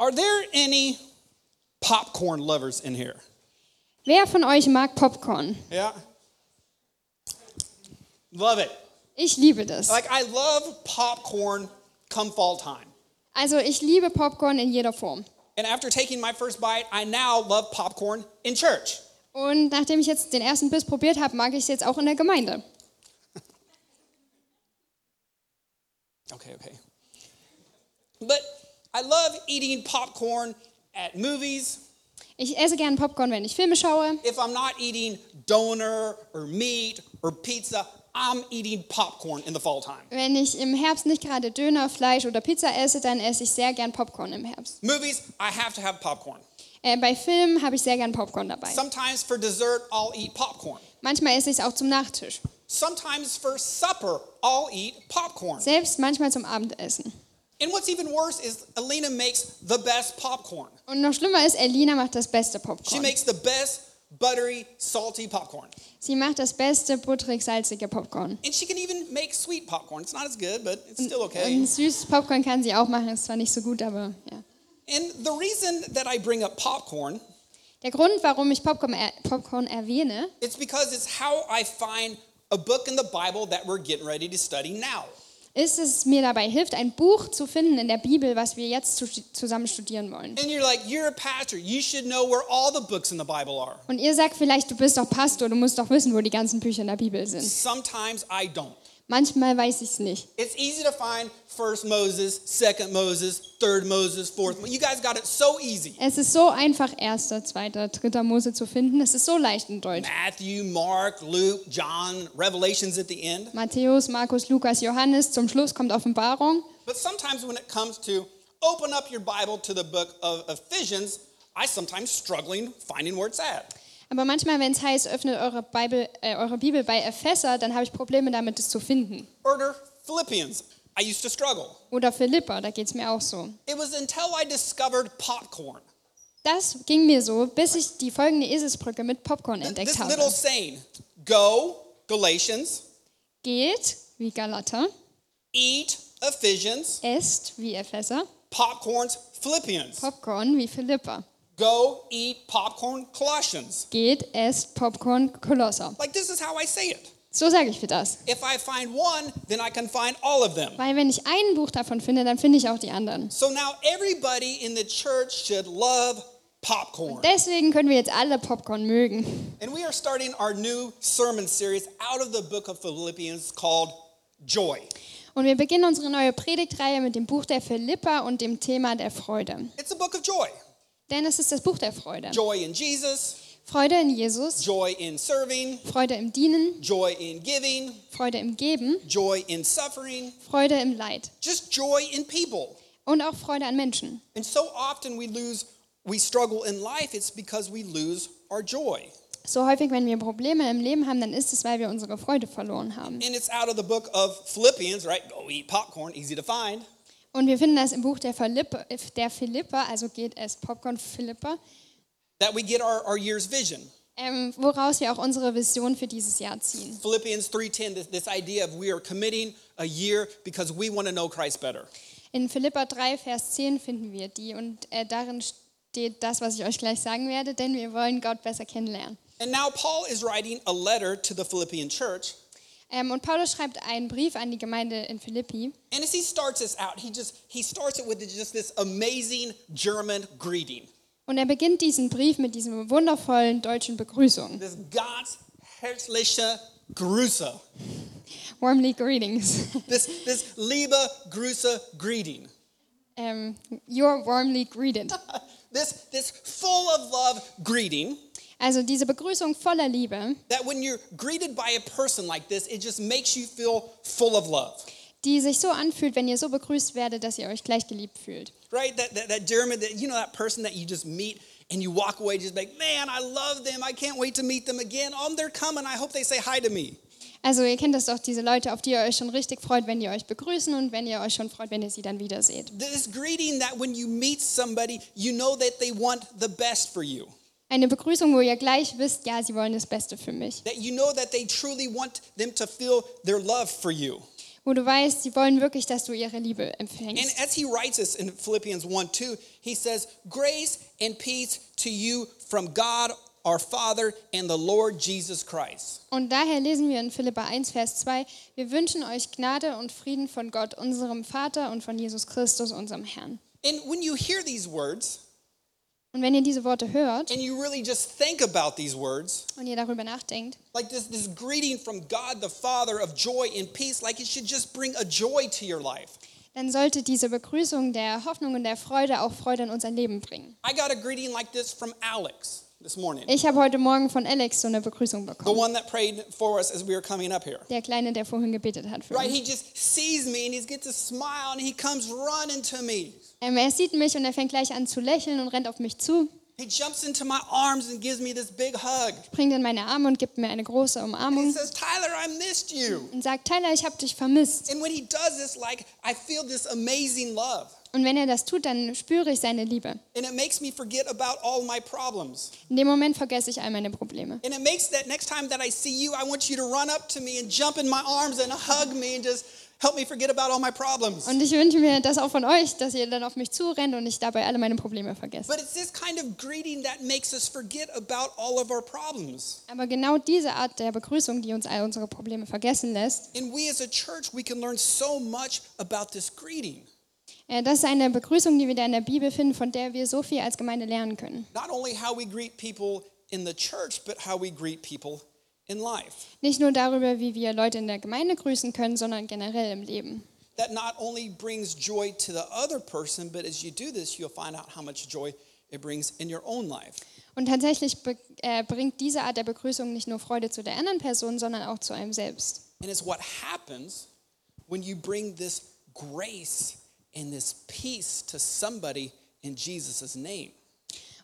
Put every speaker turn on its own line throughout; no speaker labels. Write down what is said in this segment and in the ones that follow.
Are there any popcorn lovers in here?
Wer von euch mag Popcorn?
Yeah. Love it.
Ich liebe das.
Like, I love popcorn come fall time.
Also ich liebe Popcorn in jeder Form.
And after taking my first bite, I now love popcorn in church.
Und nachdem ich jetzt den ersten Biss probiert habe, mag ich es jetzt auch in der Gemeinde.
Okay, okay. But I love eating popcorn at movies.
Ich esse gerne Popcorn, wenn ich Filme schaue.
If I'm not eating doner or meat or pizza, I'm eating popcorn in the fall time.
Wenn ich im Herbst nicht gerade Döner, Fleisch oder Pizza esse, dann esse ich sehr gern Popcorn im Herbst.
Movies, I have to have popcorn.
Äh, bei Filmen habe ich sehr gern Popcorn dabei.
Sometimes for dessert, I'll eat popcorn.
Manchmal esse ich es auch zum Nachtisch.
Sometimes for supper, I'll eat popcorn.
Selbst manchmal zum Abendessen.
And what's even worse is Alina makes the best popcorn.
Und noch schlimmer ist, Elina macht das beste
She
Popcorn.
makes the best buttery, salty popcorn.
Sie macht das beste butterig-salzige Popcorn.
And she can even make sweet popcorn. It's not as good, but it's still okay.
Und süßes Popcorn kann sie auch machen, ist zwar nicht so gut, aber ja.
And the reason that I bring up popcorn,
Der Grund, warum ich Popcorn, er Popcorn erwähne,
it's because it's how I find a book in the Bible that we're getting ready to study now.
ist, dass es mir dabei hilft, ein Buch zu finden in der Bibel, was wir jetzt zu, zusammen studieren wollen.
And you're like, you're a pastor. You should know where all the books in the Bible are.
Und ihr sagt vielleicht, du bist doch Pastor, du musst doch wissen, wo die ganzen Bücher in der Bibel sind.
Sometimes I don't.
Manchmal weiß ich es nicht.
It's easy to find first Moses, second Moses, third Moses, fourth. You guys got it so easy.
Es ist so einfach, erster, zweiter, dritter Mose zu finden. Es ist so leicht in Deutsch.
Matthew, Mark, Luke, John, Revelations at the end.
Matthäus, Markus, Lukas, Johannes, zum Schluss kommt Offenbarung.
But sometimes when it comes to open up your Bible to the book of Ephesians, I sometimes struggling finding where it's at.
Aber manchmal, wenn es heißt, öffnet eure Bibel, äh, eure Bibel bei Epheser, dann habe ich Probleme damit, es zu finden.
Or to Philippians, I used to struggle.
Oder Philippa, da geht es mir auch so.
It was until I discovered popcorn.
Das ging mir so, bis ich die folgende Eselsbrücke mit Popcorn entdeckt
This little
habe.
saying, go Galatians,
Geht wie Galater,
eat Ephesians,
esst wie Epheser,
popcorns Philippians.
Popcorn wie Philippa.
Go eat popcorn Colossians.
Geht, esst Popcorn, Kolosser.
Like this is how I say it.
So sage ich für das.
If I find one, then I can find all of them.
Weil wenn ich ein Buch davon finde, dann finde ich auch die anderen.
So now everybody in the church should love popcorn.
Deswegen können wir jetzt alle Popcorn mögen.
And we are starting our new sermon series out of the book of Philippians called Joy.
Und wir beginnen unsere neue Predigtreihe mit dem Buch der Philippa und dem Thema der Freude.
It's a book of joy.
Denn es ist das Buch der Freude.
Joy in Jesus,
Freude in Jesus,
joy in serving,
Freude im Dienen,
joy in giving,
Freude im Geben,
joy in suffering,
Freude im Leid
just joy in people.
und auch Freude an Menschen.
And so often we lose, we struggle in life, it's because we lose our joy.
So häufig, wenn wir Probleme im Leben haben, dann ist es, weil wir unsere Freude verloren haben.
And it's out of the book of Philippians, right? Go eat popcorn, easy to find.
Und wir finden das im Buch der Philippa, der Philippa also geht es Popcorn Philippa,
That we get our, our year's vision.
ähm, woraus wir auch unsere Vision für dieses Jahr ziehen.
Philippians 3:10, this, this idea of we are committing a year because we want to know Christ better.
In Philippa 3, Vers 10 finden wir die und äh, darin steht das, was ich euch gleich sagen werde, denn wir wollen Gott besser kennenlernen.
And now Paul is writing a letter to the Philippian church.
Ähm, und Paulus schreibt einen Brief an die Gemeinde in Philippi
And as he starts this out, he just he starts it with just this amazing German greeting.
und er beginnt diesen Brief mit diesem wundervollen deutschen Begrüßung.
This God's herzliche Grüße.
Warmly greetings.
This this Liebe Grüße greeting.
ähm, you're warmly greeted.
This this full of love greeting.
Also diese Begrüßung voller Liebe,
that when you're greeted by a person like this, it just makes you feel full of love,
die sich so anfühlt, wenn ihr so begrüßt werdet, dass ihr euch gleich geliebt fühlt.
right? That, that, that German, that, you know, that person that you just meet and you walk away just like, man, I love them. I can't wait to meet them again. Oh, they're coming. I hope they say hi to me.
Also ihr kennt das doch, diese Leute, auf die ihr euch schon richtig freut, wenn ihr euch begrüßen und wenn ihr euch schon freut, wenn ihr sie dann wieder seht.
This greeting that when you meet somebody, you know that they want the best for you,
Eine Begrüßung, wo ihr gleich wisst, ja, sie wollen das Beste für mich.
that you know that they truly want them to feel their love for you.
wo du weißt, sie wollen wirklich, dass du ihre Liebe
And
empfängst.
as he writes this in Philippians 1 2, he says, Grace and peace to you from God our Father and the Lord Jesus Christ.
Und daher lesen wir in Philippa 1, Vers 2, wir wünschen euch Gnade und Frieden von Gott, unserem Vater und von Jesus Christus, unserem Herrn.
And when you hear these words
Und wenn ihr diese Worte hört
and you really just think about these words,
und ihr darüber nachdenkt,
like this, this greeting from God the Father of joy and peace, like it should just bring a joy to your life.
dann sollte diese Begrüßung der Hoffnung und der Freude auch Freude in unser Leben bringen.
I got a greeting like this from Alex this morning,
Ich habe heute Morgen von Alex so eine Begrüßung
the
bekommen.
one that prayed for us as we were coming up here.
Der Kleine, der vorhin gebetet hat für
Right?
uns.
He just sees me and he gets a smile and he comes running to me.
Ähm, er sieht mich und er fängt gleich an zu lächeln und rennt auf mich zu,
He jumps into my arms and gives me this big hug.
springt in meine Arme und gibt mir eine große
He
Umarmung
says, Tyler, I missed you.
und sagt, Tyler, ich habe dich vermisst.
And when he does this, like, I feel this amazing love.
Und wenn er das tut, dann spüre ich seine Liebe.
And it makes me forget about all my problems.
In dem Moment vergesse ich all meine Probleme.
And it makes that next time that I see you, I want you to run up to me and jump in my arms and hug me and just help me forget about all my problems.
Und ich wünsche mir das auch von euch, dass ihr dann auf mich zurennt und ich dabei alle meine Probleme vergesse.
But it's this kind of greeting that makes us forget about all of our problems.
Aber genau diese Art der Begrüßung, die uns all unsere Probleme vergessen lässt,
And we as a church, we can learn so much about this greeting.
äh, das ist eine Begrüßung, die wir da in der Bibel finden, von der wir so viel als Gemeinde lernen können.
Not only how we greet people in the church, but how we greet people in life.
Nicht nur darüber, wie wir Leute in der Gemeinde grüßen können, sondern generell im Leben.
that not only brings joy to the other person, but as you do this, you'll find out how much joy it brings in your own life.
Und tatsächlich be äh, bringt diese Art der Begrüßung nicht nur Freude zu der anderen Person, sondern auch zu einem selbst.
And it's what happens when you bring this grace and this peace to somebody in Jesus' name.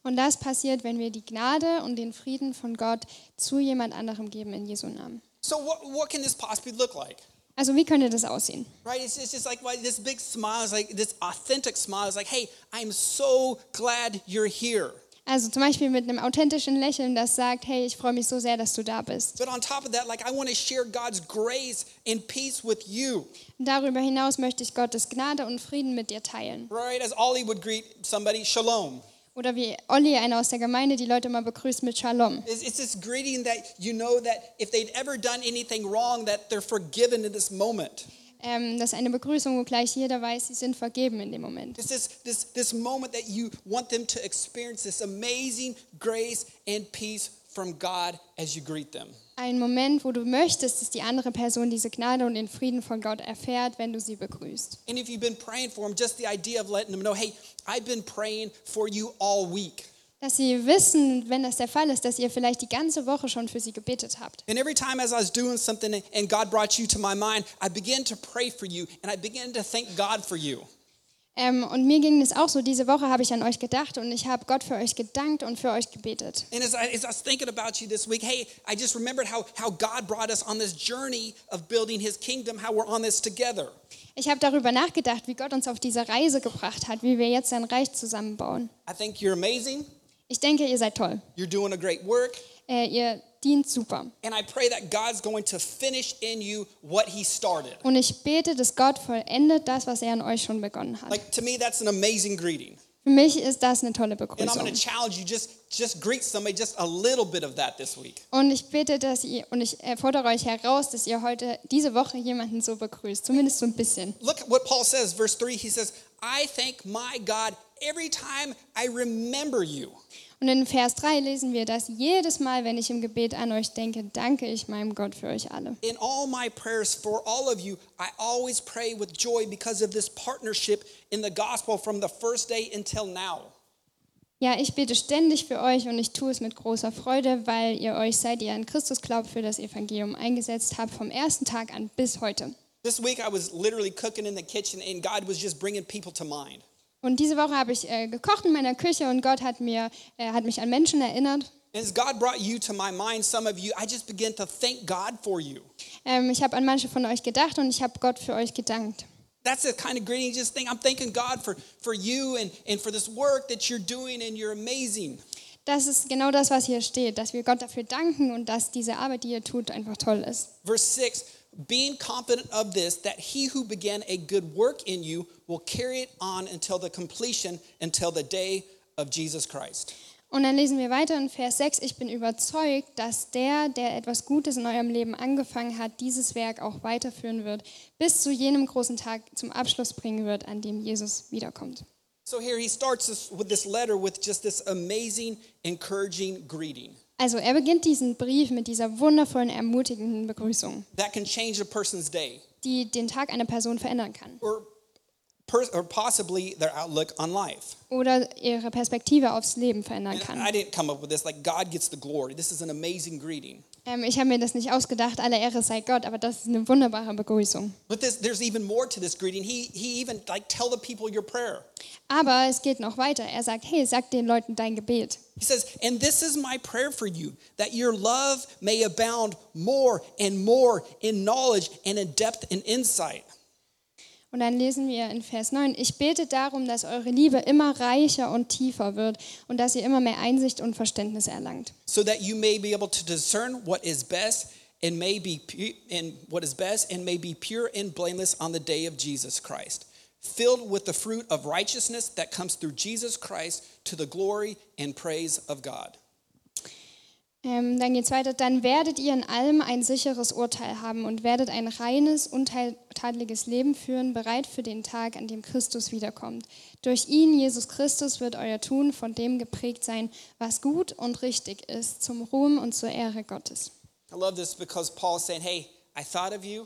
Und das passiert, wenn wir die Gnade und den Frieden von Gott zu jemand anderem geben in Jesu Namen.
So, what, what can this possibly look like?
Also wie könnte das aussehen?
Right? It's, it's just like why this big smile is like this authentic smile is like, hey, I'm so glad you're here.
Also zum Beispiel mit einem authentischen Lächeln, das sagt, hey, ich freue mich so sehr, dass du da bist.
But on top of that, like, I want to share God's grace and peace with you.
Und darüber hinaus möchte ich Gottes Gnade und Frieden mit dir teilen.
Right? As Ollie would greet somebody, shalom.
Oder wie Olli, einer aus der Gemeinde, die Leute immer begrüßt mit Shalom.
It's, it's this greeting that you know that if they'd ever done anything wrong, that they're forgiven in this moment.
Ähm, das ist eine Begrüßung, wo gleich jeder weiß, sie sind vergeben in dem Moment.
It's this, this, this moment that you want them to experience this amazing grace and peace from God as you greet them.
Ein Moment, wo du möchtest, dass die andere Person diese Gnade und den Frieden von Gott erfährt, wenn du sie begrüßt.
And if you've been praying for them, just the idea of letting them know, hey, I've been praying for you all week.
Dass sie wissen, wenn das der Fall ist, dass ihr vielleicht die ganze Woche schon für sie gebetet habt.
And every time as I was doing something and God brought you to my mind, I began to pray for you and I began to thank God for you.
Ähm, und mir ging es auch so, diese Woche habe ich an euch gedacht und ich habe Gott für euch gedankt und für euch gebetet.
And as I, as I was thinking about you this week, hey, I just remembered how, how God brought us on this journey of building his kingdom, how we're on this together.
Ich habe darüber nachgedacht, wie Gott uns auf diese Reise gebracht hat, wie wir jetzt ein Reich zusammenbauen.
I think you're amazing.
Ich denke, ihr seid toll.
You're doing a great work.
Äh, ihr dient super.
And I pray that God's going to finish in you what he started.
Und ich bete, dass Gott vollendet das, was er an euch schon begonnen hat.
Like to me, that's an amazing greeting.
Für mich ist das eine tolle
And I'm
Begrüßung.
going to challenge you just just greet somebody just a little bit of that this week.
Und ich bete, dass ihr, und ich äh, fordere euch heraus, dass ihr heute, diese Woche jemanden so begrüßt, zumindest so ein bisschen.
Look at what Paul says, verse 3. He says, I thank my God every time I remember you.
Und in Vers 3 lesen wir, dass jedes Mal, wenn ich im Gebet an euch denke, danke ich meinem Gott für euch alle.
In all my prayers for all of you, I always pray with joy because of this partnership in the gospel from the first day until now.
Ja, ich bete ständig für euch und ich tue es mit großer Freude, weil ihr euch, seit ihr an Christus glaubt, für das Evangelium eingesetzt habt, vom ersten Tag an bis heute.
This week, I was literally cooking in the kitchen, and God was just bringing people to mind.
Und diese Woche habe ich äh, gekocht in meiner Küche und Gott hat, mir, äh, hat mich an Menschen erinnert.
And as God brought you to my mind, some of you, I just began to thank God for you.
Ähm, ich habe an manche von euch gedacht und ich habe Gott für euch gedankt.
That's the kind of greeting, just think, I'm thanking God for, for you and, and for this work that you're doing, and you're amazing.
Das ist genau das, was hier steht, dass wir Gott dafür danken und dass diese Arbeit, die ihr tut, einfach toll ist.
Verse 6 being confident of this, that he who began a good work in you will carry it on until the completion, until the day of Jesus Christ.
Und dann lesen wir weiter in Vers 6, ich bin überzeugt, dass der, der etwas Gutes in eurem Leben angefangen hat, dieses Werk auch weiterführen wird, bis zu jenem großen Tag zum Abschluss bringen wird, an dem Jesus wiederkommt.
So here he starts this, with this letter with just this amazing, encouraging greeting
Also er beginnt diesen Brief mit dieser wundervollen, ermutigenden Begrüßung,
that can change a person's day
die den Tag einer Person verändern kann
or, pers- or possibly their outlook on life.
oder ihre Perspektive aufs Leben verändern
And
kann.
I didn't come up with this. Like God gets the glory. This is an amazing greeting.
Ähm, ich habe mir das nicht ausgedacht, alle Ehre sei Gott, aber das ist eine wunderbare Begrüßung.
But this, there's even more to this greeting. He, he even like tell the people your prayer.
Aber es geht noch weiter. Er sagt, hey, sag den Leuten dein Gebet.
He says, and this is my prayer for you, that your love may abound more and more in knowledge and in depth and insight.
Und dann lesen wir in Vers 9, ich bete darum, dass eure Liebe immer reicher und tiefer wird und dass ihr immer mehr Einsicht und Verständnis erlangt,
so that you may be able to discern what is best and may be pu- and what is best and may be pure and blameless on the day of Jesus Christ filled with the fruit of righteousness that comes through Jesus Christ to the glory and praise of God
Ähm, dann geht es weiter. Dann werdet ihr in allem ein sicheres Urteil haben und werdet ein reines, untadeliges Leben führen, bereit für den Tag, an dem Christus wiederkommt. Durch ihn, Jesus Christus, wird euer Tun von dem geprägt sein, was gut und richtig ist, zum Ruhm und zur Ehre Gottes.
I love this because Paul's saying hey I thought of you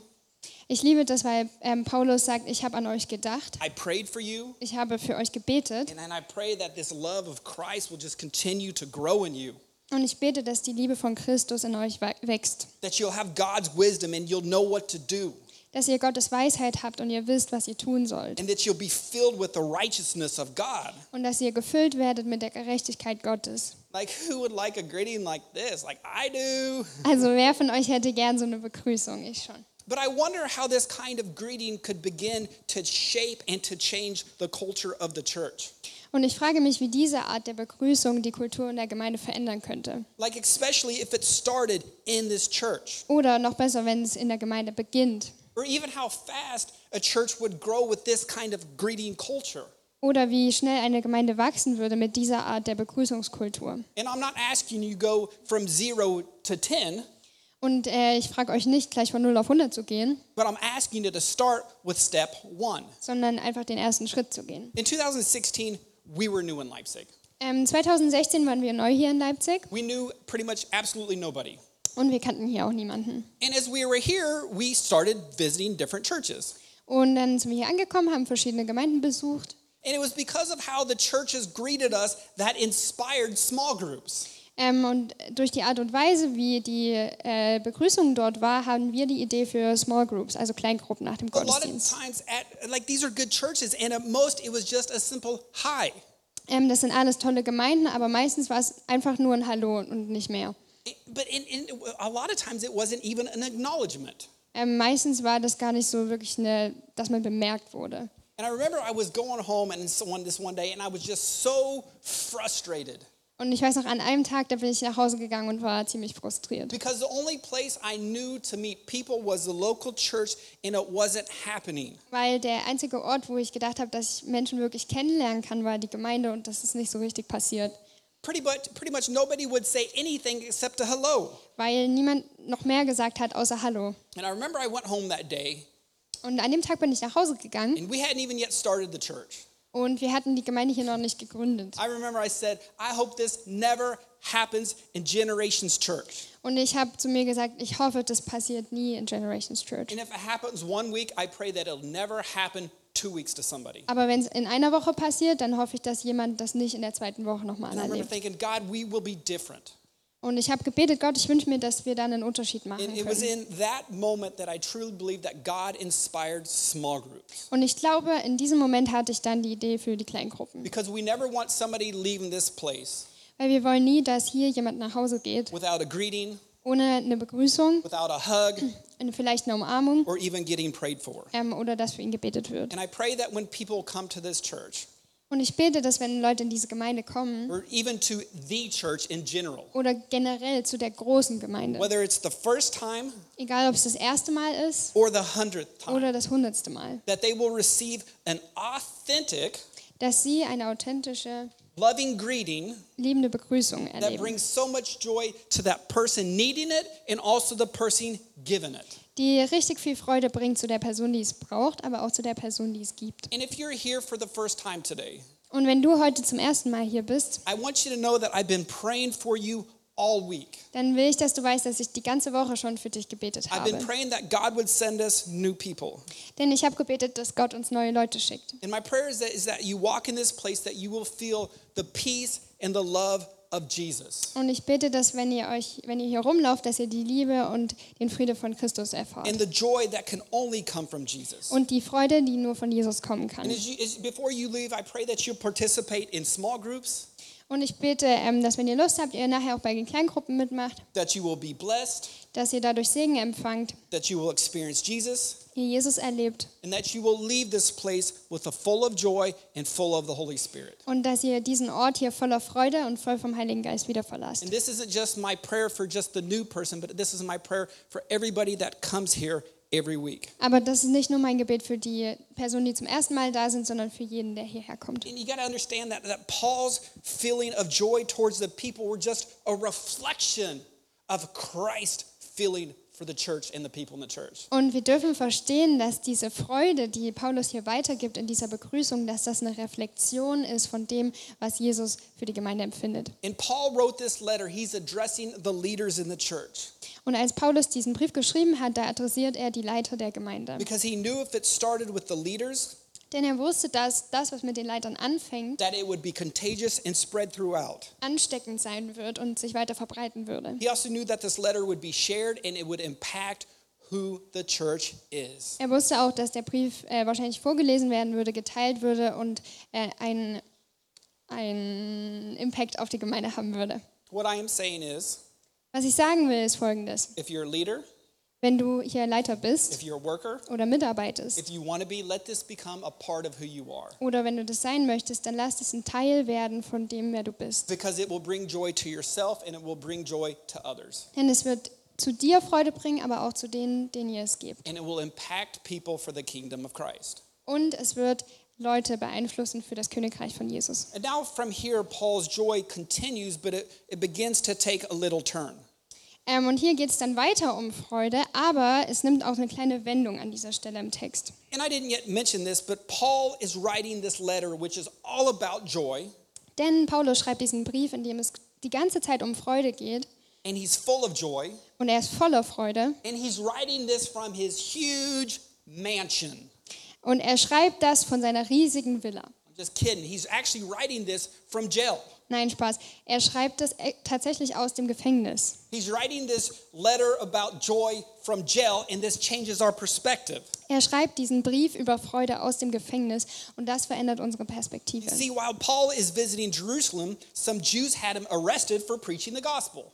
Ich liebe das, weil ähm, Paulus sagt, ich habe an euch gedacht,
I prayed for you
ich habe für euch gebetet
and then I pray that this love of Christ will just continue to grow in you
und ich bete, dass die Liebe von Christus in euch wa- wächst,
that you'll have God's wisdom and you'll know what to do
dass ihr Gottes Weisheit habt und ihr wisst, was ihr tun sollt.
and that you'll be filled with the righteousness of God
und dass ihr gefüllt werdet mit der Gerechtigkeit Gottes.
Like, who would like a greeting like this? Like, I do.
Also wer von euch hätte gern so eine Begrüßung? Ich schon.
But I wonder how this kind of greeting could begin to shape and to change the culture of the church.
Und ich frage mich, wie diese Art der Begrüßung die Kultur in der Gemeinde verändern könnte.
Like, especially if it started in this church,
Oder noch besser, wenn es in der Gemeinde beginnt.
or even how fast a church would grow with this kind of greeting culture.
Oder wie schnell eine Gemeinde wachsen würde mit dieser Art der Begrüßungskultur.
And I'm not asking you go from zero to 10,
Und äh, ich frage euch nicht, gleich von 0 auf 100 zu gehen,
but I'm asking you to start with step one.
sondern einfach den ersten Schritt zu gehen.
In 2016, we were new in Leipzig.
Ähm, 2016 waren wir neu hier in Leipzig
We knew pretty much absolutely nobody.
und wir kannten hier auch niemanden.
And as we were here, we started visiting different churches.
Und dann sind wir hier angekommen, haben verschiedene Gemeinden besucht
And it was because of how the churches greeted us that inspired small groups.
Ähm, und durch die Art und Weise, wie die äh, Begrüßung dort war, haben wir die Idee für Small Groups, also Kleingruppen nach dem
A lot of
Gottesdienst.
times, at, like these are good churches, and at most it was just a simple hi.
Ähm, das sind alles tolle Gemeinden, aber meistens war es einfach nur ein Hallo und nicht mehr.
It- But in, in, a lot of times it wasn't even an acknowledgement.
Ähm, meistens war das gar nicht so wirklich, eine, dass man bemerkt wurde.
And I remember I was going home and someone this one day, and I was just so frustrated
Und ich weiß noch, an einem Tag, da bin ich nach Hause gegangen und war ziemlich frustriert,
because the only place I knew to meet people was the local church, and it wasn't happening.
weil der einzige Ort, wo ich gedacht habe, dass ich Menschen wirklich kennenlernen kann, war die Gemeinde und das ist nicht so richtig passiert,
Pretty much, pretty much nobody would say anything except a hello.
weil niemand noch mehr gesagt hat außer Hallo.
And I remember I went home that day,
Und an dem Tag bin ich nach Hause gegangen
and we hadn't even yet started the church.
und wir hatten die Gemeinde hier noch nicht gegründet.
I remember I said, I hope this never happens in Generations Church.
Und ich habe zu mir gesagt, ich hoffe, das passiert nie in Generations Church.
And if it happens one week, I pray that it'll never happen two weeks to somebody.
Aber wenn es in einer Woche passiert, dann hoffe ich, dass jemand das nicht in der zweiten Woche nochmal
And I remember
erlebt.
thinking, God, we will be different.
Und ich habe gebetet, Gott, ich wünsche mir, dass wir dann einen Unterschied machen
And it was
können.
in that moment that I truly believed that God inspired small groups.
Und ich glaube, in diesem Moment hatte ich dann die Idee für die Kleingruppen.
Because we never want somebody leaving this place
Weil wir wollen nie, dass hier jemand nach Hause geht,
without a greeting,
ohne eine Begrüßung,
without a hug,
eine- vielleicht eine Umarmung
or even getting prayed for.
ähm, oder dass für ihn gebetet wird.
And I pray that when people come to this church,
Und ich bete, dass wenn Leute in diese Gemeinde kommen
or even to the church in general.
oder generell zu der großen Gemeinde,
Whether it's the first time
egal ob es das erste Mal ist
or the hundredth time,
oder das hundertste Mal,
that they will receive an authentic,
dass sie eine authentische,
loving greeting
liebende Begrüßung
that
erleben,
brings so much joy to that person needing it and also the person given it.
die richtig viel Freude bringt zu der Person, die es braucht, aber auch zu der Person, die es gibt.
And if you're here for the first time today,
Und wenn du heute zum ersten Mal hier bist,
I want you to know that I've been praying for you all week.
dann will ich, dass du weißt, dass ich die ganze Woche schon für dich gebetet
I've been
habe.
praying that God would send us new people.
Denn ich habe gebetet, dass Gott uns neue Leute schickt.
And my prayer is that, is that you walk in this place that you will feel the peace and the love of Jesus.
Und ich bete, dass wenn ihr euch, wenn ihr hier rumlauft, dass ihr die Liebe und den Friede von Christus erfahrt.
and the joy that can only come from Jesus.
Und die Freude, die nur von Jesus kommen
And
kann.
as you, as, before you leave, I pray that you participate in small groups,
Und ich bete, ähm, dass wenn ihr Lust habt, ihr nachher auch bei den Kleingruppen mitmacht,
that you will be blessed,
dass ihr dadurch Segen empfangt,
that you will experience Jesus,
ihr Jesus erlebt
and that you will leave this place with a full of joy and full of the Holy Spirit.
und dass ihr diesen Ort hier voller Freude und voll vom Heiligen Geist wieder
And
verlasst.
this isn't just my prayer for just the new person, but this is my prayer for everybody that comes here every week.
Aber das ist nicht nur mein Gebet für die Personen, die zum ersten Mal da sind, sondern für jeden, der hierher kommt.
And you got to understand that, that Paul's feeling of joy towards the people were just a reflection of Christ feeling for the church and the people in the church.
Und wir dürfen verstehen, dass diese Freude, die Paulus hier weitergibt in dieser Begrüßung, dass das eine Reflexion ist von dem, was Jesus für die Gemeinde empfindet.
And Paul wrote this letter. He's addressing the leaders in the church
Und als Paulus diesen Brief geschrieben hat, da adressiert er die Leiter der Gemeinde.
because he knew if it started with the leaders,
Denn er wusste, dass das, was mit den Leitern anfängt,
that it would be contagious and spread throughout.
ansteckend sein wird und sich weiter verbreiten würde.
He also knew that this letter would be shared and it would impact who the church is.
Er wusste auch, dass der Brief äh, wahrscheinlich vorgelesen werden würde, geteilt würde und äh, einen einen Impact auf die Gemeinde haben würde.
What I am saying is
Was ich sagen will, ist folgendes.
if you're a leader,
Wenn du hier Leiter bist,
if you're a worker,
oder mitarbeitest
if you want to be, let this become a part of who you are
oder wenn du das sein möchtest, dann lass es ein Teil werden von dem, wer du bist.
because it will bring joy to yourself and it will bring joy to others.
Denn es wird zu dir Freude bringen, aber auch zu denen, denen ihr es gebt.
And it will impact people for the kingdom of Christ.
Und es wird Leute beeinflussen für das Königreich von Jesus.
And now from here, Paul's joy continues, but it, it begins to take a little turn.
Ähm, und hier geht es dann weiter um Freude, aber es nimmt auch eine kleine Wendung an dieser Stelle im Text.
And I didn't yet mention this, but Paul is writing this letter, which is all about joy,
Denn Paulus schreibt diesen Brief, in dem es die ganze Zeit um Freude geht
and he's full of joy,
und er ist voller Freude.
and he's writing this from his huge mansion.
Und er schreibt das von seiner riesigen Villa.
I'm just kidding. He's actually writing this from jail.
Nein, Spaß. Er schreibt das äh, tatsächlich aus dem Gefängnis.
He's writing this letter about joy from jail, and this changes our perspective.
Er schreibt diesen Brief über Freude aus dem Gefängnis und das verändert unsere Perspektive.
See, while Paul is visiting Jerusalem, some Jews had him arrested for preaching the gospel.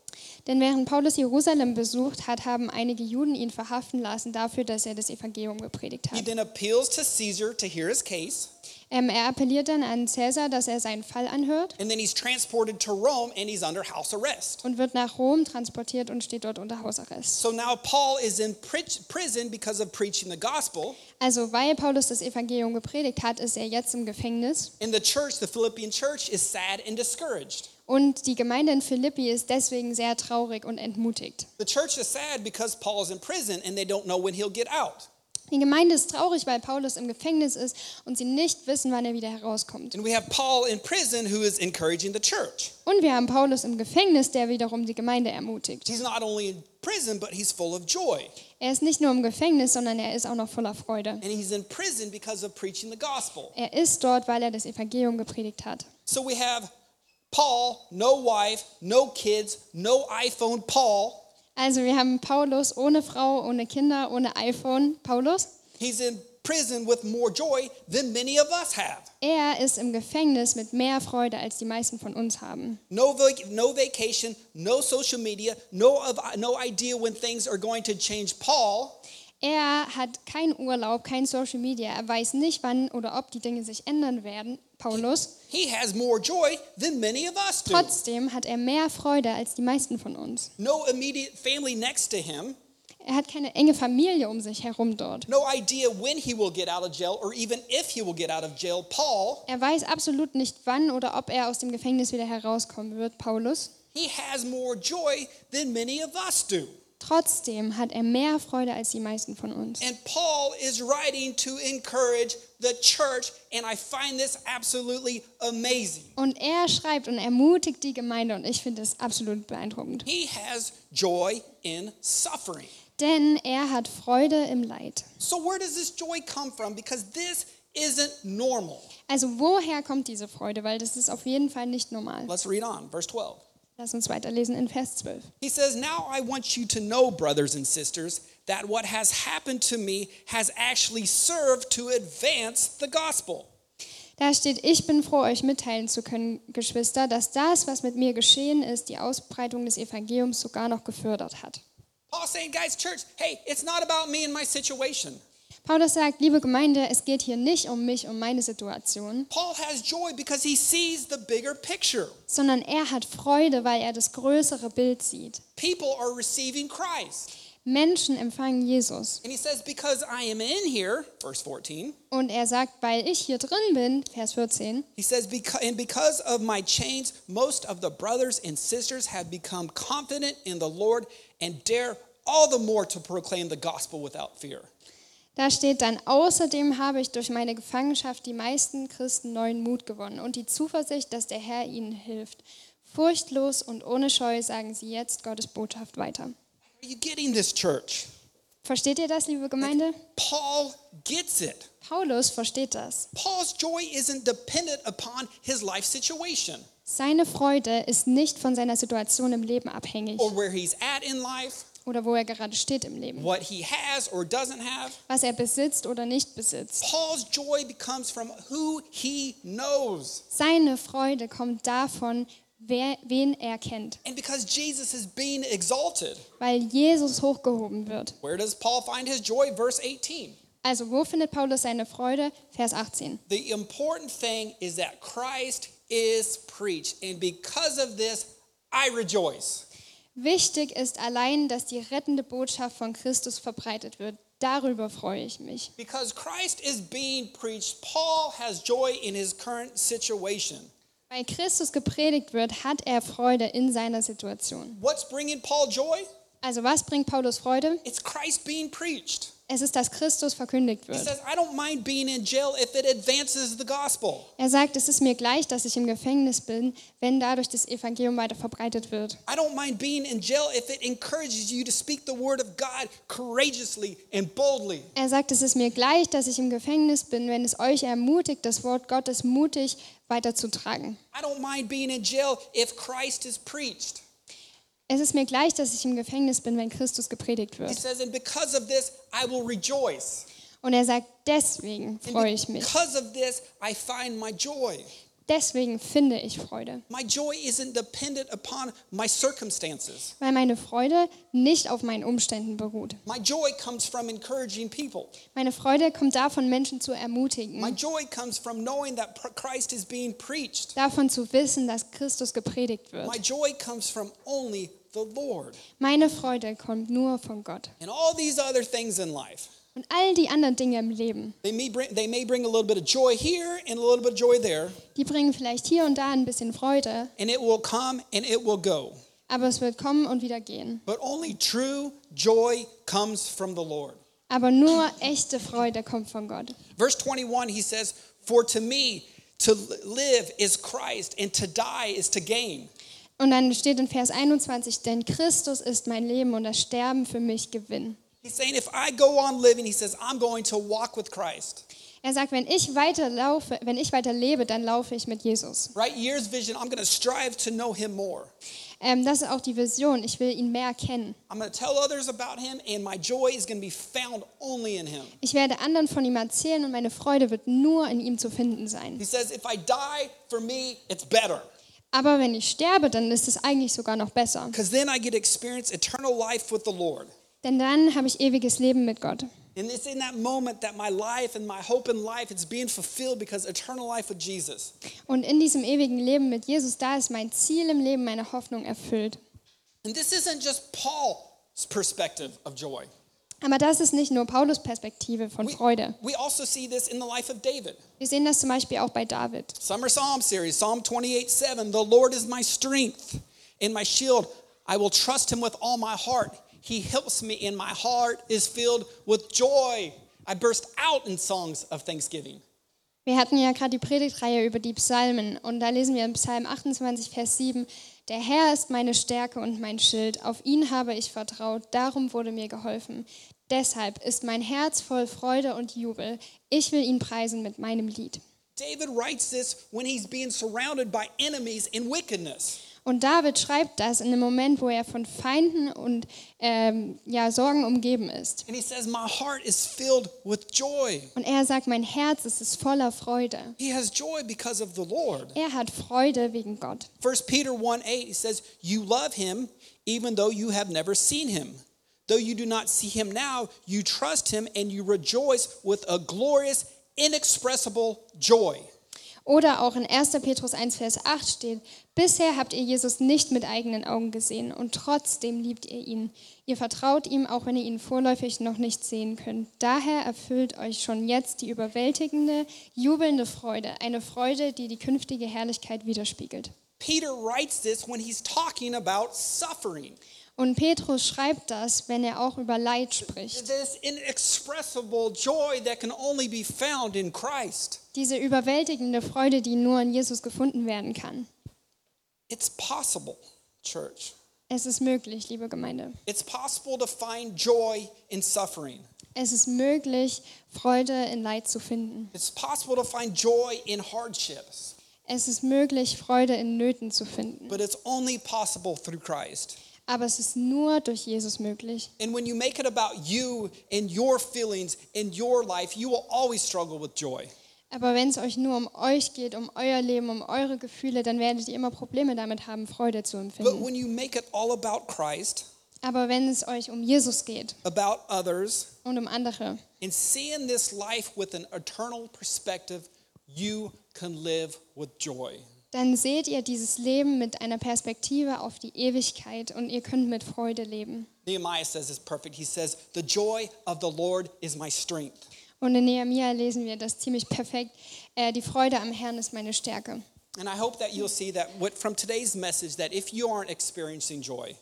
Denn während Paulus Jerusalem besucht hat, haben einige Juden ihn verhaften lassen dafür, dass er das Evangelium gepredigt
He
hat.
then appeals to Caesar to hear his case,
Ähm, er appelliert dann an Caesar, dass er seinen Fall anhört
and then he's transported to Rome and he's under house arrest.
und wird nach Rom transportiert und steht dort unter Hausarrest.
So now Paul is in pri- prison because of preaching the gospel,
Also weil Paulus das Evangelium gepredigt hat, ist er jetzt im Gefängnis
and the church, the Philippian church, is sad and discouraged.
und die Gemeinde in Philippi ist deswegen sehr traurig und entmutigt.
The church is sad because Paul's in prison and they don't know when he'll get out.
Die Gemeinde ist traurig, weil Paulus im Gefängnis ist und sie nicht wissen, wann er wieder herauskommt.
And we have Paul in prison who is encouraging the church.
Und wir haben Paulus im Gefängnis, der wiederum die Gemeinde ermutigt.
He's not only in prison, but he's full of joy.
Er ist nicht nur im Gefängnis, sondern er ist auch noch voller Freude.
And he's in prison because of preaching the gospel.
Er ist dort, weil er das Evangelium gepredigt hat.
So we have Paul, no wife, no kids, no iPhone, Paul.
Also wir haben Paulus ohne Frau, ohne Kinder, ohne iPhone. Paulus,
He's in prison with more joy than many of us have.
er ist im Gefängnis mit mehr Freude, als die meisten von uns haben.
No, vac- no vacation, no social media, no, of, no idea when things are going to change. Paul,
Er hat keinen Urlaub, kein Social Media. Er weiß nicht, wann oder ob die Dinge sich ändern werden. Paulus,
He has more joy than many of us do.
trotzdem hat er mehr Freude als die meisten von uns.
No immediate family next to him,
Er hat keine enge Familie um sich herum dort.
no idea when he will get out of jail or even if he will get out of jail. Paul,
Er weiß absolut nicht, wann oder ob er aus dem Gefängnis wieder herauskommen wird, Paulus.
he has more joy than many of us do.
Trotzdem hat er mehr Freude als die meisten von uns.
And Paul is writing to encourage the church, and I find this absolutely amazing.
Und er schreibt und ermutigt die Gemeinde und ich finde es absolut beeindruckend.
He has joy in suffering.
Denn er hat Freude im Leid.
So, where does this joy come from? Because this isn't normal.
Also woher kommt diese Freude? Weil das ist auf jeden Fall nicht normal.
Let's read on, verse 12.
Lass uns weiterlesen in Vers 12.
He says, Now I want you to know, brothers and sisters, that what has happened to me has actually served to advance the gospel.
Da steht, ich bin froh, euch mitteilen zu können, Geschwister, dass das, was mit mir geschehen ist, die Ausbreitung des Evangeliums sogar noch gefördert hat.
Paul saying, Guys, church, hey, it's not about me and my situation.
Paulus sagt, liebe Gemeinde, es geht hier nicht um mich, um meine Situation,
Paul has joy because he sees the bigger picture.
sondern er hat Freude, weil er das größere Bild sieht.
People are receiving Christ.
Menschen empfangen Jesus.
And he says, Because I am in here, verse 14,
Und er sagt, weil ich hier drin bin, Vers 14,
he says, "Beca- And because of my chains, most of the brothers and sisters have become confident in the Lord and dare all the more to proclaim the gospel without fear.
da steht dann, außerdem habe ich durch meine Gefangenschaft die meisten Christen neuen Mut gewonnen und die Zuversicht, dass der Herr ihnen hilft. Furchtlos und ohne Scheu sagen sie jetzt Gottes Botschaft weiter.
Are you getting this, church?
Versteht ihr das, liebe Gemeinde?
Paul gets it.
Paulus versteht das.
Paul's joy isn't dependent upon his life situation
Seine Freude ist nicht von seiner Situation im Leben abhängig
or where he's at in life,
oder wo er gerade steht im Leben,
what he has or doesn't have.
was er besitzt oder nicht besitzt.
Paul's joy becomes from who he knows.
Seine Freude kommt davon, wer, wen er kennt,
And because Jesus is being exalted,
weil Jesus hochgehoben wird.
where does Paul find his joy? Verse 18.
Also wo findet Paulus seine Freude? Vers 18.
The important thing is that Christ is preached. And because of this, I rejoice.
Wichtig ist allein, dass die rettende Botschaft von Christus verbreitet wird. Darüber freue ich mich.
Because Christ is being preached, Paul has joy in his current situation.
Weil Christus gepredigt wird, hat er Freude in seiner Situation.
What's bringing Paul joy?
Also was bringt Paulus Freude?
It's Christ being preached.
Es ist, dass Christus verkündigt
He
wird.
says, I don't mind being in jail if it advances the gospel.
Er sagt, es ist mir gleich, dass ich im Gefängnis bin, wenn dadurch das Evangelium weiter verbreitet wird.
I don't mind being in jail if it encourages you to speak the word of God courageously and boldly.
Er sagt, es ist mir gleich, dass ich im Gefängnis bin, wenn es euch ermutigt, das Wort Gottes mutig weiterzutragen.
I don't mind being in jail if Christ is preached.
Es ist mir gleich, dass ich im Gefängnis bin, wenn Christus gepredigt
He
wird.
says, and because of this, I will rejoice.
Und er sagt, deswegen
And
freue ich mich.
because of this, I find my joy.
Deswegen finde ich Freude.
My joy isn't dependent upon my circumstances.
Weil meine Freude nicht auf meinen Umständen beruht.
My joy comes from encouraging people.
Meine Freude kommt davon, Menschen zu
My
ermutigen.
joy comes from knowing that pr- Christ is being preached.
Davon zu wissen, dass Christus gepredigt
My
wird.
joy comes from only the Lord.
Meine Freude kommt nur von Gott.
And all these other things in life,
Und all die anderen Dinge im Leben,
they may bring, they may bring a little bit of joy here and a little bit of joy there,
die bringen vielleicht hier und da ein bisschen Freude,
and it will come and it will go.
aber es wird kommen und wieder gehen.
But only true joy comes from the Lord.
Aber nur echte Freude kommt von Gott.
Verse 21, he says, For to me to live is Christ, and to die is to gain.
Und dann steht in Vers 21, denn Christus ist mein Leben und das Sterben für mich Gewinn.
He's saying, If I go on living, he says, I'm going to walk with Christ.
Er sagt, wenn ich weiterlaufe, wenn ich weiterlebe, dann laufe ich mit Jesus.
Right? Year's vision, I'm going to strive to know him more.
Ähm, das ist auch die Vision. Ich will ihn mehr kennen.
I'm going to tell others about him, and my joy is going to be found only in him.
Ich werde anderen von ihm erzählen und meine Freude wird nur in ihm zu finden sein.
He says, If I die, for me, it's better.
Aber wenn ich sterbe, dann ist es eigentlich sogar noch besser.
Because then I get to experience eternal life with the Lord.
Denn dann habe ich ewiges Leben mit Gott.
And it's in that moment that my life and my hope in life is being fulfilled because eternal life with Jesus.
Und in diesem ewigen Leben mit Jesus, da ist mein Ziel im Leben, meine Hoffnung erfüllt.
And this isn't just Paul's perspective of joy.
Aber das ist nicht nur Paulus Perspektive von
We,
Freude.
we also see this in the life of David.
Wir sehen das zum Beispiel auch bei David.
Summer Psalm series, Psalm 28 7. The Lord is my strength and my shield. I will trust him with all my heart. He helps me, and my heart is filled with joy. I burst out in songs of thanksgiving.
Wir hatten ja gerade die Predigtreihe über die Psalmen und da lesen wir im Psalm 28, Vers 7, Der Herr ist meine Stärke und mein Schild, auf ihn habe ich vertraut, darum wurde mir geholfen. Deshalb ist mein Herz voll Freude und Jubel, ich will ihn preisen mit meinem Lied.
David writes this when he's being surrounded by enemies and wickedness.
Und David schreibt das in einem Moment, wo er von Feinden und ähm, ja, Sorgen umgeben ist.
And he says, My heart is filled with joy.
Und er sagt, mein Herz es ist voller Freude.
He has joy because of the Lord.
Er hat Freude wegen Gott.
1 Peter 1 8 it says, You love him even though you have never seen him. Though you do not see him now, you trust him and you rejoice with a glorious, inexpressible joy.
Oder auch in 1. Petrus 1, Vers 8 steht, bisher habt ihr Jesus nicht mit eigenen Augen gesehen und trotzdem liebt ihr ihn. Ihr vertraut ihm, auch wenn ihr ihn vorläufig noch nicht sehen könnt. Daher erfüllt euch schon jetzt die überwältigende, jubelnde Freude, eine Freude, die die künftige Herrlichkeit widerspiegelt.
Peter writes this when he's talking about suffering.
Und Petrus schreibt das, wenn er auch über Leid spricht.
This inexpressible joy that can only be found in Christ.
Diese überwältigende Freude, die nur in Jesus gefunden werden kann.
It's possible, church.
Es ist möglich, liebe Gemeinde.
It's possible to find joy in suffering.
Es ist möglich, Freude in Leid zu finden.
It's possible to find joy in hardships.
Es ist möglich, Freude in Nöten zu finden.
but it's only possible through Christ.
Aber es ist nur durch Jesus möglich.
And when you make it about you and your feelings and your life, you will always struggle with joy.
Aber wenn es euch nur um euch geht, um euer Leben, um eure Gefühle, dann werdet ihr immer Probleme damit haben, Freude zu
But
empfinden.
when you make it all about Christ,
Aber wenn es euch um Jesus geht
about others,
und um andere
and seeing this life with an eternal perspective, you can live with joy.
dann seht ihr dieses Leben mit einer Perspektive auf die Ewigkeit und ihr könnt mit Freude leben.
Nehemiah says it's perfect. He says, The joy of the Lord is my strength.
Und in Nehemiah lesen wir das ziemlich perfekt. Äh, die Freude am Herrn ist meine Stärke.
And I hope that you'll see that what, from today's message that if you aren't experiencing joy,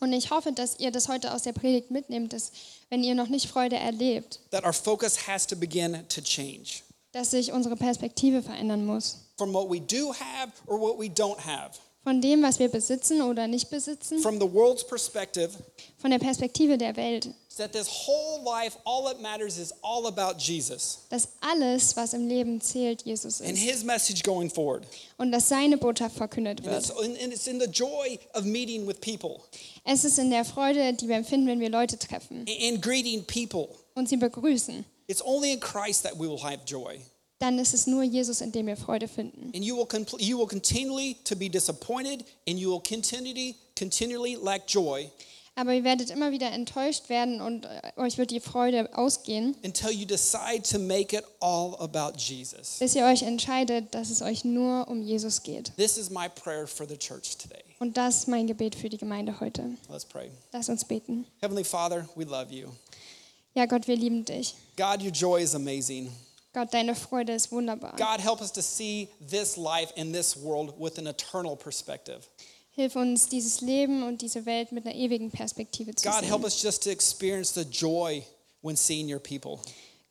Und ich hoffe, dass ihr das heute aus der Predigt mitnehmt, dass wenn ihr noch nicht Freude erlebt,
that our focus has to begin to change.
dass sich unsere Perspektive verändern muss.
from what we do have or what we don't have,
Von dem, was wir besitzen oder nicht besitzen,
from the world's perspective,
von der Perspektive der Welt.
is that this whole life, all that matters is all about Jesus
Dass alles, was im Leben zählt, Jesus
and
ist.
his message going forward.
Und dass seine Botschaft verkündet
And it's,
wird.
and it's in the joy of meeting with people
Es ist in der Freude, die wir empfinden, wenn wir Leute treffen
and greeting people.
und sie begrüßen.
It's only in Christ that we will have joy.
Dann ist es nur Jesus, in dem wir Freude finden.
And you will, compl- you will continually to be disappointed and you will continually, continually lack joy
Aber ihr werdet immer wieder enttäuscht werden und äh, euch wird die Freude ausgehen,
until you decide to make it all about Jesus.
bis ihr euch entscheidet, dass es euch nur um Jesus geht.
This is my prayer for the church today.
Und das ist mein Gebet für die Gemeinde heute.
Let's pray.
Lass uns beten.
Heavenly Father, we love you.
Ja, Gott, wir lieben dich.
God, your joy is amazing.
Gott, deine Freude ist wunderbar.
God, help us to see this life and this world with an eternal perspective.
Hilf uns, dieses Leben und diese Welt mit einer ewigen Perspektive zu
God, help
sehen.
us just to experience the joy when seeing your people.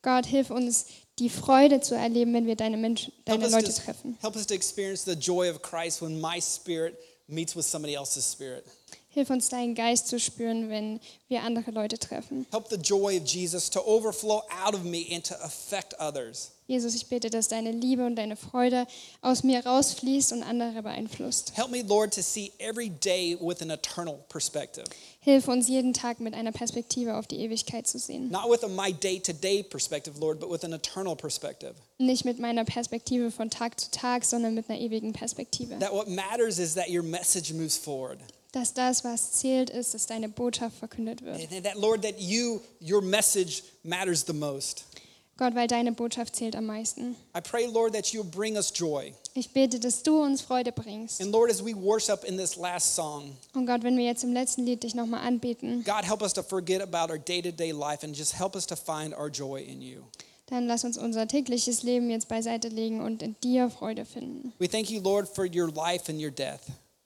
Gott, hilf uns, die Freude zu erleben, wenn wir deine, Menschen,
Help
deine
us,
Leute
to,
treffen.
help us to experience the joy of Christ when my spirit meets with somebody else's spirit.
Hilf uns, deinen Geist zu spüren, wenn wir andere Leute treffen.
Help the joy of Jesus to overflow out of me and to affect others.
Jesus, ich bete, dass deine Liebe und deine Freude aus mir rausfließt und andere beeinflusst.
Help me, Lord, to see every day with an eternal perspective,
Hilf uns, jeden Tag mit einer Perspektive auf die Ewigkeit zu sehen.
not with a my day to day perspective, Lord, but with an eternal perspective.
Nicht mit meiner Perspektive von Tag zu Tag, sondern mit einer ewigen Perspektive.
That what matters is that your message moves forward.
dass das, was zählt, ist, dass deine Botschaft verkündet wird.
And that, Lord, that you, your message matters the most.
Gott, weil deine Botschaft zählt am meisten.
I pray, Lord, that you'll bring us joy.
Ich bete, dass du uns Freude bringst.
And Lord, as we worship in this last song,
Und Gott, wenn wir jetzt im letzten Lied dich nochmal anbeten,
God, help us to forget about our day to day life and just help us to find our joy in you.
dann lass uns unser tägliches Leben jetzt beiseite legen und in dir Freude finden.
We thank you, Lord, for your life and your death.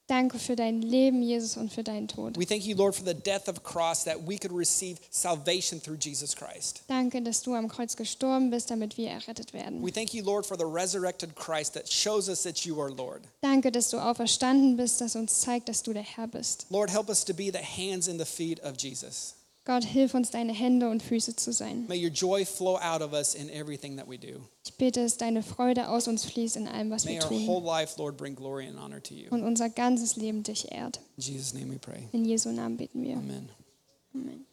Danke für dein Leben, Jesus, und für deinen Tod.
We thank you, Lord, for the death of cross that we could receive salvation through Jesus Christ.
Danke, dass du am Kreuz gestorben bist, damit wir errettet werden.
We thank you, Lord, for the resurrected Christ that shows us that you are Lord.
Danke, dass du auferstanden bist, das uns zeigt, dass du der Herr bist.
Lord, help us to be the hands and the feet of Jesus.
Gott, hilf uns, deine Hände und Füße zu sein.
May your joy flow out of us in everything that we do.
Ich bete, dass deine Freude aus uns fließt in allem, was
May
wir
our whole
tun.
life, Lord, bring glory and honor to you.
Und unser ganzes Leben dich ehrt.
In Jesus' name we pray.
In Jesu Namen beten wir.
Amen.
Amen.